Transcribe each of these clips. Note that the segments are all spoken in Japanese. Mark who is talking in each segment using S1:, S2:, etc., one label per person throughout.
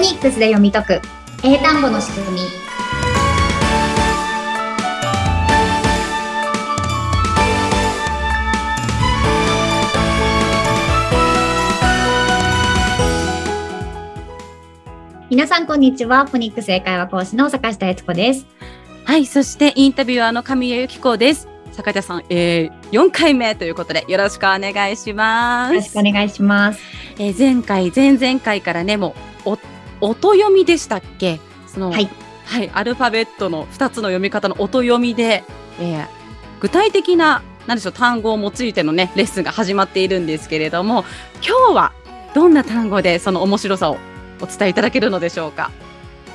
S1: ニックスで読み解く英単語の仕組み皆さんこんにちはフォニックス英会話講師の坂下悦子です
S2: はい、そしてインタビュアーの神谷由紀子です。坂田さん、えー、4回目ということでよろしくお願いしま
S1: よろし
S2: す。
S1: くお願いします
S2: えー前回、前々回からね、もうお音読みでしたっけその、
S1: はい、
S2: はい、アルファベットの2つの読み方の音読みで、えー具体的な、なんでしょう、単語を用いてのね、レッスンが始まっているんですけれども、今日はどんな単語でその面白さをお伝えいただけるのでしょうか。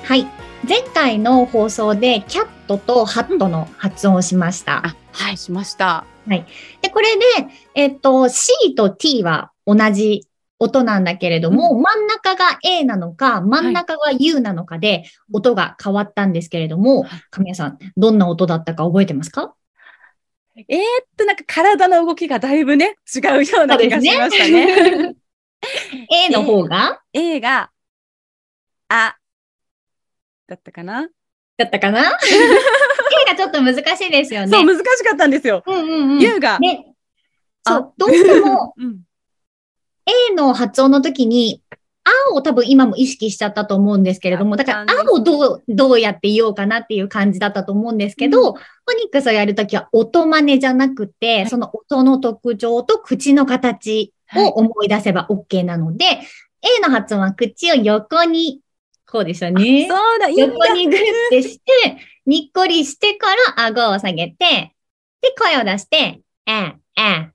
S1: はい前回の放送でキャットとハットの発音をしました、
S2: あ、はい、しました。
S1: で、これで、えっと、C と T は同じ音なんだけれども、真ん中が A なのか、真ん中が U なのかで、音が変わったんですけれども、神谷さん、どんな音だったか覚えてますか
S2: えー、っと、なんか体の動きがだいぶね、違うような気がしましたね。
S1: A の方が
S2: A が、あ、だったかな、
S1: だった かな ?A がちょっと難しいですよね。
S2: そう、難しかったんですよ。
S1: うんうんうん。
S2: U、が、
S1: ね。そ
S2: あ
S1: う、どうしても
S2: うん、
S1: A の発音の時に、あを多分今も意識しちゃったと思うんですけれども、だから、あをどう、どうやって言おうかなっていう感じだったと思うんですけど、
S2: うん
S1: フォニックスをやるときは音真似じゃなくて、
S2: はい
S1: その音の特徴と口の形
S2: はい
S1: を思い出せば OK なので、A の発音は口を横に、こうでしたね。
S2: そうだ、いいんだ
S1: 横にグッてして、にっこりしてから顎を下げて、で、声を出して、えー、えー。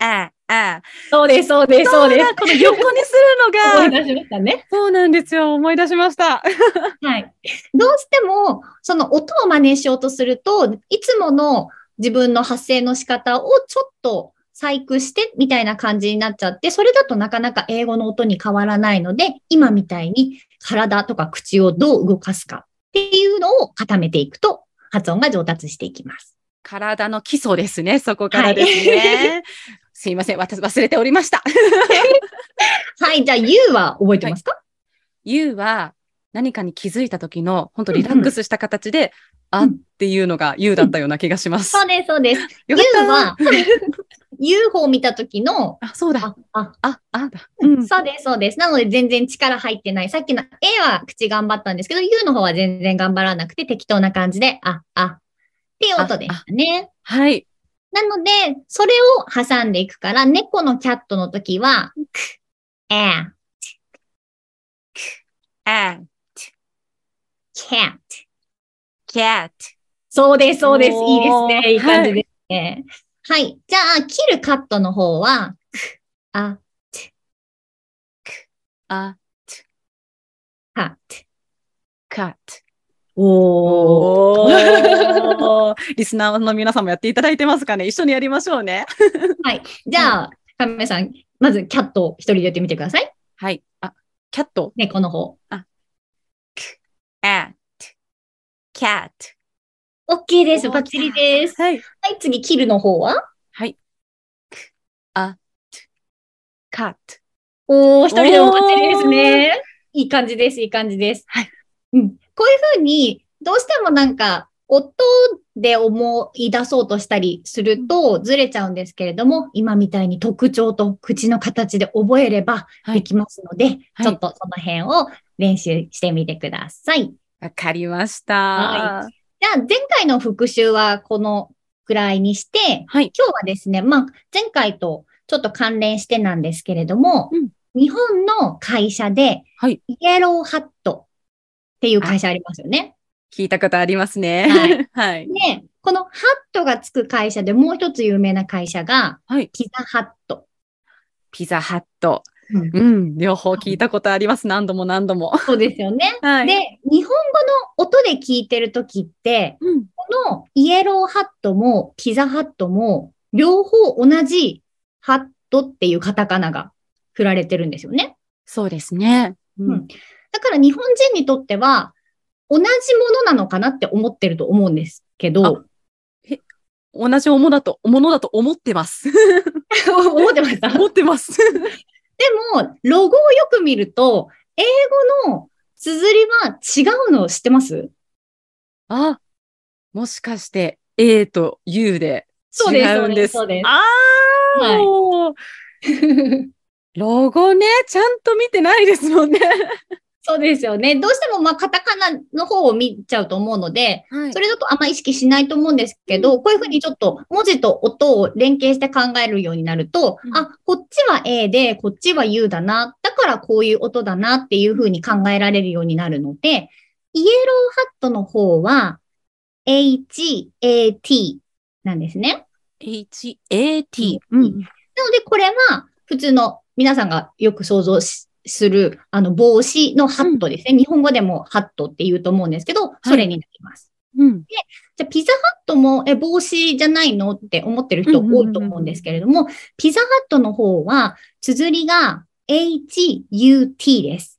S2: あ、あ、
S1: そうです、そうです、そうです。この
S2: 横にす
S1: 思
S2: る
S1: い
S2: のが、
S1: 出しましたね。
S2: そうなんですよ、思い出しま した。
S1: はい。どうしても、その音を真似しようとすると、いつもの自分の発声の仕方をちょっと細工してみたいな感じになっちゃって、それだとなかなか英語の音に変わらないので、今みたいに体とか口をどう動かすかっていうのを固めていくと、発音が上達していきます。
S2: 体の基礎ですね、そこからですね。すいません、私忘れておりました。
S1: はい。じゃあ、U は覚えてますか、
S2: U は何かに気づいた時の、本当リラックスした形
S1: ん
S2: で、
S1: う
S2: あ
S1: ん
S2: っていうのが U だったような気がします。
S1: そうです、そうです。
S2: よ
S1: U
S2: かった
S1: は、UFO を見た時の、
S2: あ、そうだ。
S1: あ、あ、
S2: あ、あだ。うん。
S1: そうです、そうです。なので全然力入ってない。さっきの A は口頑張ったんですけど、U の方は全然頑張らなくて適当な感じで、あ、あ、っていう音でしたね。
S2: はい。
S1: なので、それを挟んでいくから、猫のキャットの時は、く、え、
S2: あ、
S1: キャット。
S2: キャット。
S1: そうです、そうです。
S2: おー
S1: いいですね。いい感じですね。はい。じゃあ、切るカットの方は、く、あ、
S2: あ、
S1: カット。
S2: カット。
S1: おー。
S2: おーリスナーの皆さんもやっていただいてますかね一緒にやりましょうね。
S1: じゃあ、カメさん、まずキャットを一人で言ってみてください。
S2: はい。あ、キャット。
S1: 猫の方。
S2: あ、キャッ
S1: オッケーです。
S2: おー
S1: バッチリです。
S2: ト。はい。
S1: はい、次、切るの方は
S2: カット。
S1: おー、一人でも
S2: おー
S1: バッチリですね。いい感じです、いい感じです。
S2: はい。
S1: うん。こういうふうに、どうしてもなんか、音で思い出そうとしたりするとずれちゃうんですけれども、今みたいに特徴と口の形で覚えれば
S2: はい
S1: できますので、
S2: はい
S1: ちょっとその辺を練習してみてください。
S2: わかりました。
S1: はじゃあ、前回の復習はこのくらいにして、
S2: はい。
S1: 今日はですね、まあ、前回とちょっと関連してなんですけれども、
S2: うん
S1: 日本の会社で、
S2: はい
S1: イエローハットっていう会社ありますよね。
S2: 聞いたことありますね。
S1: は
S2: はい。はい。
S1: で、このハットがつく会社でもう一つ有名な会社が、ピザハット。
S2: ピザハット。
S1: うん
S2: うん。両方聞いたことあります。何度も何度も。
S1: そうですよね。
S2: はい。
S1: で、日本語の音で聞いてるときって、
S2: うん。
S1: このイエローハットもピザハットも、両方同じハットっていうカタカナが振られてるんですよね。
S2: そうですね。う
S1: うん。だから日本人にとっては、同じものなのかなって思ってると思うんですけど、
S2: 同じものだと、ものだと思って ます。
S1: 思ってましたで
S2: 思ってます。
S1: も、ロゴをよく見ると、英語の綴りは違うの知ってます
S2: あ、もしかして A と U で
S1: そうです
S2: 違うんです。
S1: そうです
S2: ああ、
S1: はい
S2: もうロゴね、ちゃんと見てないですもんね。
S1: そうですよね。どうしてもまあカタカナの方を見ちゃうと思うので、
S2: はい
S1: それだとあんま意識しないと思うんですけど、こういうふうにちょっと文字と音を連携して考えるようになると、
S2: うん
S1: あ、こっちは A で、こっちは U だな、だからこういう音だなっていうふうに考えられるようになるので、イエローハットの方は HAT なんですね。
S2: H-A-T。うん。
S1: なので、これは普通の皆さんがよく想像しするあの帽子のハットですね、日本語でもハットって言うと思うんですけど、それになります。
S2: うん。
S1: じゃあ、ピザハットもえ帽子じゃないのって思ってる人多いと思うんですけれども、ピザハットの方は、綴りが HUT です。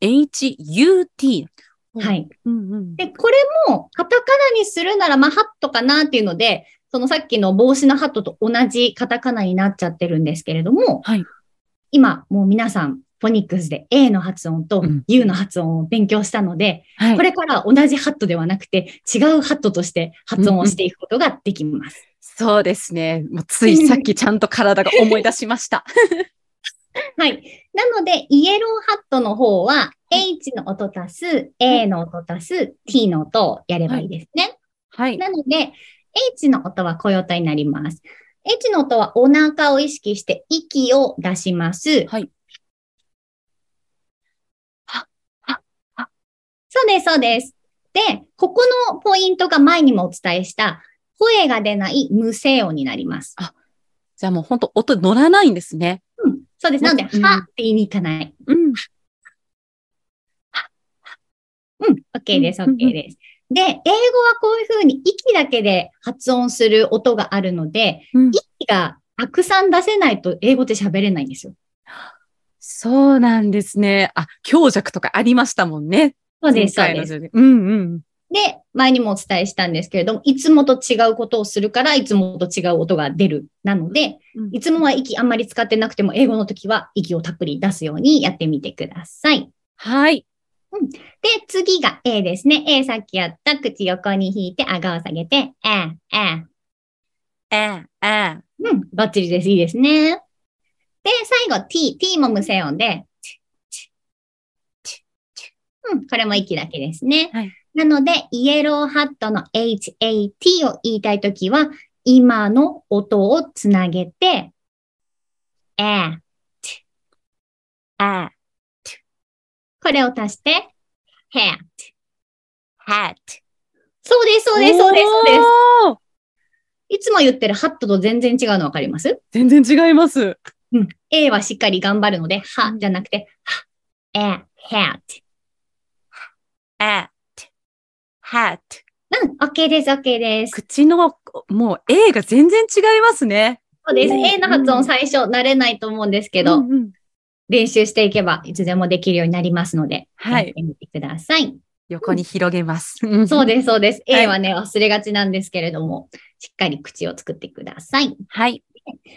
S2: H-U-T。うん
S1: はい。
S2: うんうん。
S1: で、これもカタカナにするなら、まあ、ハットかなっていうので、そのさっきの帽子のハットと同じカタカナになっちゃってるんですけれども、
S2: はい
S1: 今、もう皆さん、フォニックスで A の発音と
S2: うん
S1: U の発音を勉強したので、
S2: はい
S1: これから同じハットではなくて、違うハットとして発音をしていくことができます。
S2: そうですね。もうついさっきちゃんと体が思い出しました。
S1: はい。なので、イエローハットの方は、H の音足す、A の音足す、T の音をやればいいですね。
S2: はい。
S1: なので、H の音は小音になります。H の音はお腹を意識して息を出します。
S2: はい。ははは
S1: そうです、そうです。で、ここのポイントが前にもお伝えした、声が出ない無声音になります。
S2: じゃあもう本当音乗らないんですね。
S1: うん、そうです。なので、
S2: うん
S1: はって言いに行かない。
S2: うん。
S1: うん、OK です、
S2: うんうんうん
S1: OK です。で、英語はこういうふうに息だけで発音する音があるので、
S2: うん
S1: 息がたくさん出せないと英語って喋れないんですよ。
S2: そうなんですね。あ、強弱とかありましたもんね。
S1: そうです、そう
S2: 前回
S1: で
S2: の
S1: す。
S2: 授業うんうん。
S1: で、前にもお伝えしたんですけれども、いつもと違うことをするから、いつもと違う音が出る。なので、
S2: うん
S1: いつもは息あんまり使ってなくても、英語の時は息をたっぷり出すようにやってみてください。
S2: はい。
S1: で、次が A ですね。A さっきやった口横に引いて、顎を下げて、A、A。
S2: え、え。
S1: うん、バッチリです。いいですね。で、最後 t、t も無声音で、うん、これも息だけですね。
S2: はい
S1: なので、イエローハットの hat を言いたいときは、今の音をつなげて、え、
S2: え、
S1: これを足して、hat。
S2: hat。
S1: そうです、そうです、そうです、そうです。
S2: す。
S1: いつも言ってるハットと全然違うのわかります
S2: 全然違います。
S1: うん。A はしっかり頑張るので、は
S2: うん
S1: じゃなくて、は、え、hat。
S2: at, hat.
S1: うん、OK です、OK です。
S2: 口の、もう A が全然違いますね。
S1: そうです。
S2: うん
S1: A の発音最初慣れないと思うんですけど、
S2: うんうん
S1: 練習していけばいつでもできるようになりますので、
S2: は
S1: やっ
S2: い。
S1: てみてください。
S2: 横に広げます。
S1: そうです、そうです。
S2: はい
S1: A はね、忘れがちなんですけれども、しっかり口を作ってください。
S2: はい。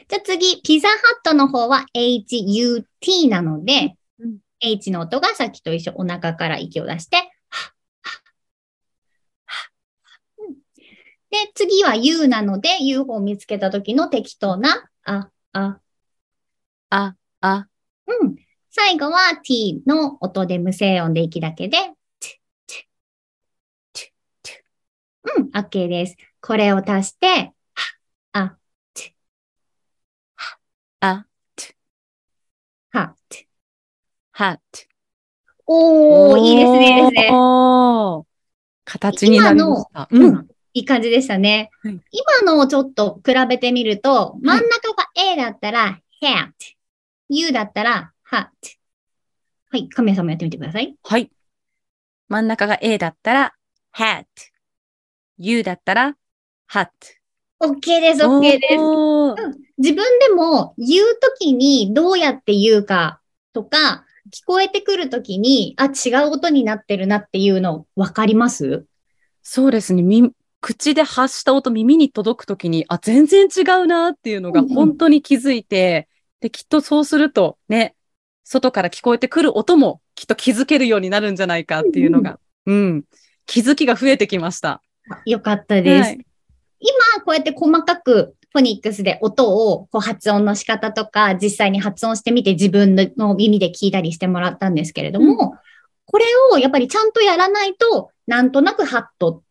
S1: じゃあ次、ピザハットの方は HUT なので、
S2: うん
S1: H の音がさっきと一緒、お腹から息を出して、はっはっはっうんで、次は U なので、U を見つけた時の適当な、あ、あ、
S2: あ、あ、
S1: うん。最後は T の音で無声音で息だけで、チュッチュッチュッチュッうん、OK です。これを足して、
S2: あ、
S1: は、チュッ
S2: hat.
S1: おー、いいですね、いいですね。
S2: おー形になりました。
S1: の
S2: う
S1: うん
S2: ん。
S1: いい感じでしたね。
S2: はい
S1: 今のをちょっと比べてみると、真ん中が A だったら hat、U だったら hat。はい、神谷さんもやってみてください。
S2: はい。真ん中が A だったら、hat。U だったら、hat。
S1: OK です、OK です。
S2: おー
S1: 自分でも言うときにどうやって言うかとか、聞こえてくるときに、あ、違う音になってるなっていうの分かります
S2: そうですね。み口で発した音、耳に届くときに、あ、全然違うなっていうのが
S1: うんうん
S2: 本当に気づいて、で、きっとそうすると、ね、外から聞こえてくる音もきっと気づけるようになるんじゃないかっていうのが、うん、気づきが増えてきました。
S1: よかったです。
S2: はい
S1: 今、こうやって細かく、フォニックスで音をこう発音の仕方とか、実際に発音してみて自分の耳で聞いたりしてもらったんですけれども、これをやっぱりちゃんとやらないと、なんとなくハットっ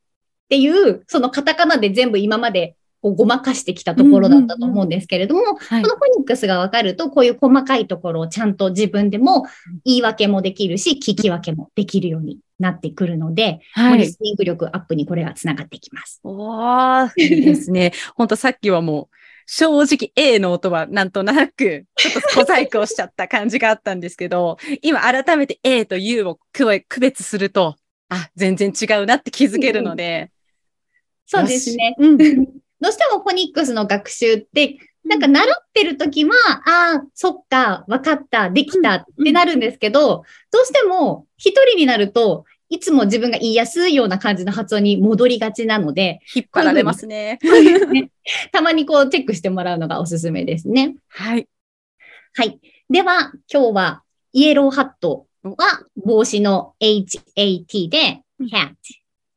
S1: ていう、そのカタカナで全部今までこうごまかしてきたところだったと思うんですけれども、
S2: はい
S1: このフォニックスがわかると、こういう細かいところをちゃんと自分でも言い訳もできるし、聞き分けもできるようになってくるので、
S2: は
S1: リ
S2: い
S1: ス。ニング力アップにこれがつながっていきます。
S2: おー、いいですね。 本当さっきはもう、正直 A の音はなんとなく、ちょっと小細工をしちゃった感じがあったんですけど、今改めて A と U を区別区別すると、あ、全然違うなって気づけるので。
S1: そうですね。
S2: よし。うん。
S1: どうしてもフォニックスの学習って、なんか習ってる時は、ああ、そっか、わかった、できたってなるんですけど、どうしても一人になると、いつも自分が言いやすいような感じの発音に戻りがちなので、
S2: 引っ張られますね。
S1: たまにこうチェックしてもらうのがおすすめですね。
S2: はい。
S1: はい。では、今日は、イエローハットは帽子の HAT で、hat。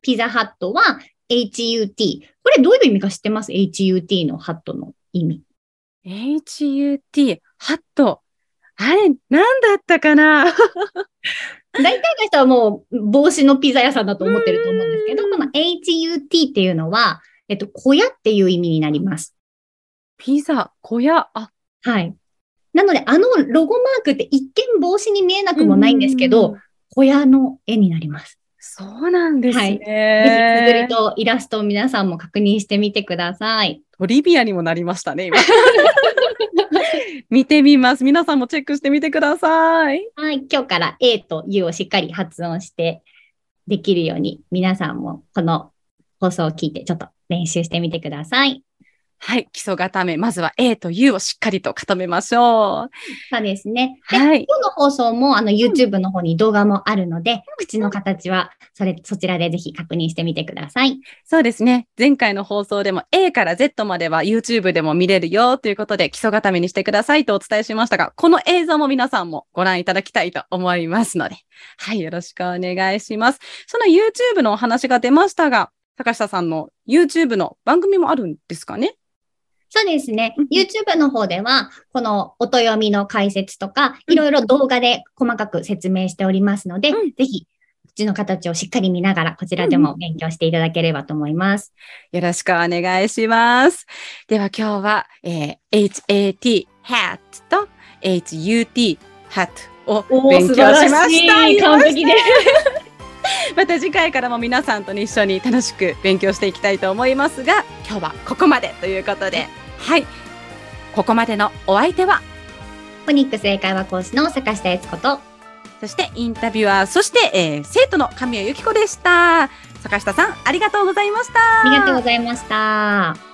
S1: ピザハットは HUT。これどういう意味か知ってます ?HUT のハットの意味。
S2: HUT、ハット。あれ、なんだったかな
S1: 大体の人はもう帽子のピザ屋さんだと思ってると思うんですけど、この HUT っていうのは、えっと、小屋っていう意味になります。
S2: ピザ、小屋、あ、
S1: はい。なので、あのロゴマークって一見帽子に見えなくもないんですけど、
S2: うん、
S1: 小屋の絵になります。
S2: そうなんです
S1: はいぜひ、
S2: ね。
S1: くぐるとイラストを皆さんも確認してみてください。
S2: トリビアにもなりましたね、 今。見てみます。皆さんもチェックしてみてください。
S1: はい、今日から A と U をしっかり発音してできるように、皆さんもこの放送を聞いてちょっと練習してみてください。
S2: はい。基礎固め。まずは A と U をしっかりと固めましょう。
S1: そうですね。で、
S2: はい。
S1: 今日の放送もあの YouTube の方に動画もあるので、口の形はそれ、そちらでぜひ確認してみてください。
S2: そうですね。前回の放送でも A から Z までは YouTube でも見れるよということで基礎固めにしてくださいとお伝えしましたが、この映像も皆さんもご覧いただきたいと思いますので、はい、よろしくお願いします。その YouTube のお話が出ましたが、坂下さんの YouTube の番組もあるんですかね
S1: そうですね
S2: うん。
S1: YouTube の方では、この音読みの解説とか、いろいろ動画で細かく説明しておりますので、
S2: うん
S1: ぜひ、口の形をしっかり見ながら、こちらでも勉強していただければと思います。
S2: よろしくお願いします。では今日は、えー HAT、HAT と HUT、HAT を勉強しました。
S1: 完璧です。
S2: また次回からも皆さんと一緒に楽しく勉強していきたいと思いますが今日はここまでということではいここまでのお相手は
S1: フォニックス英会話講師の坂下悦子と、
S2: そしてインタビュアーそして、えー生徒の神谷由紀子でした坂下さんありがとうございました
S1: ありがとうございました。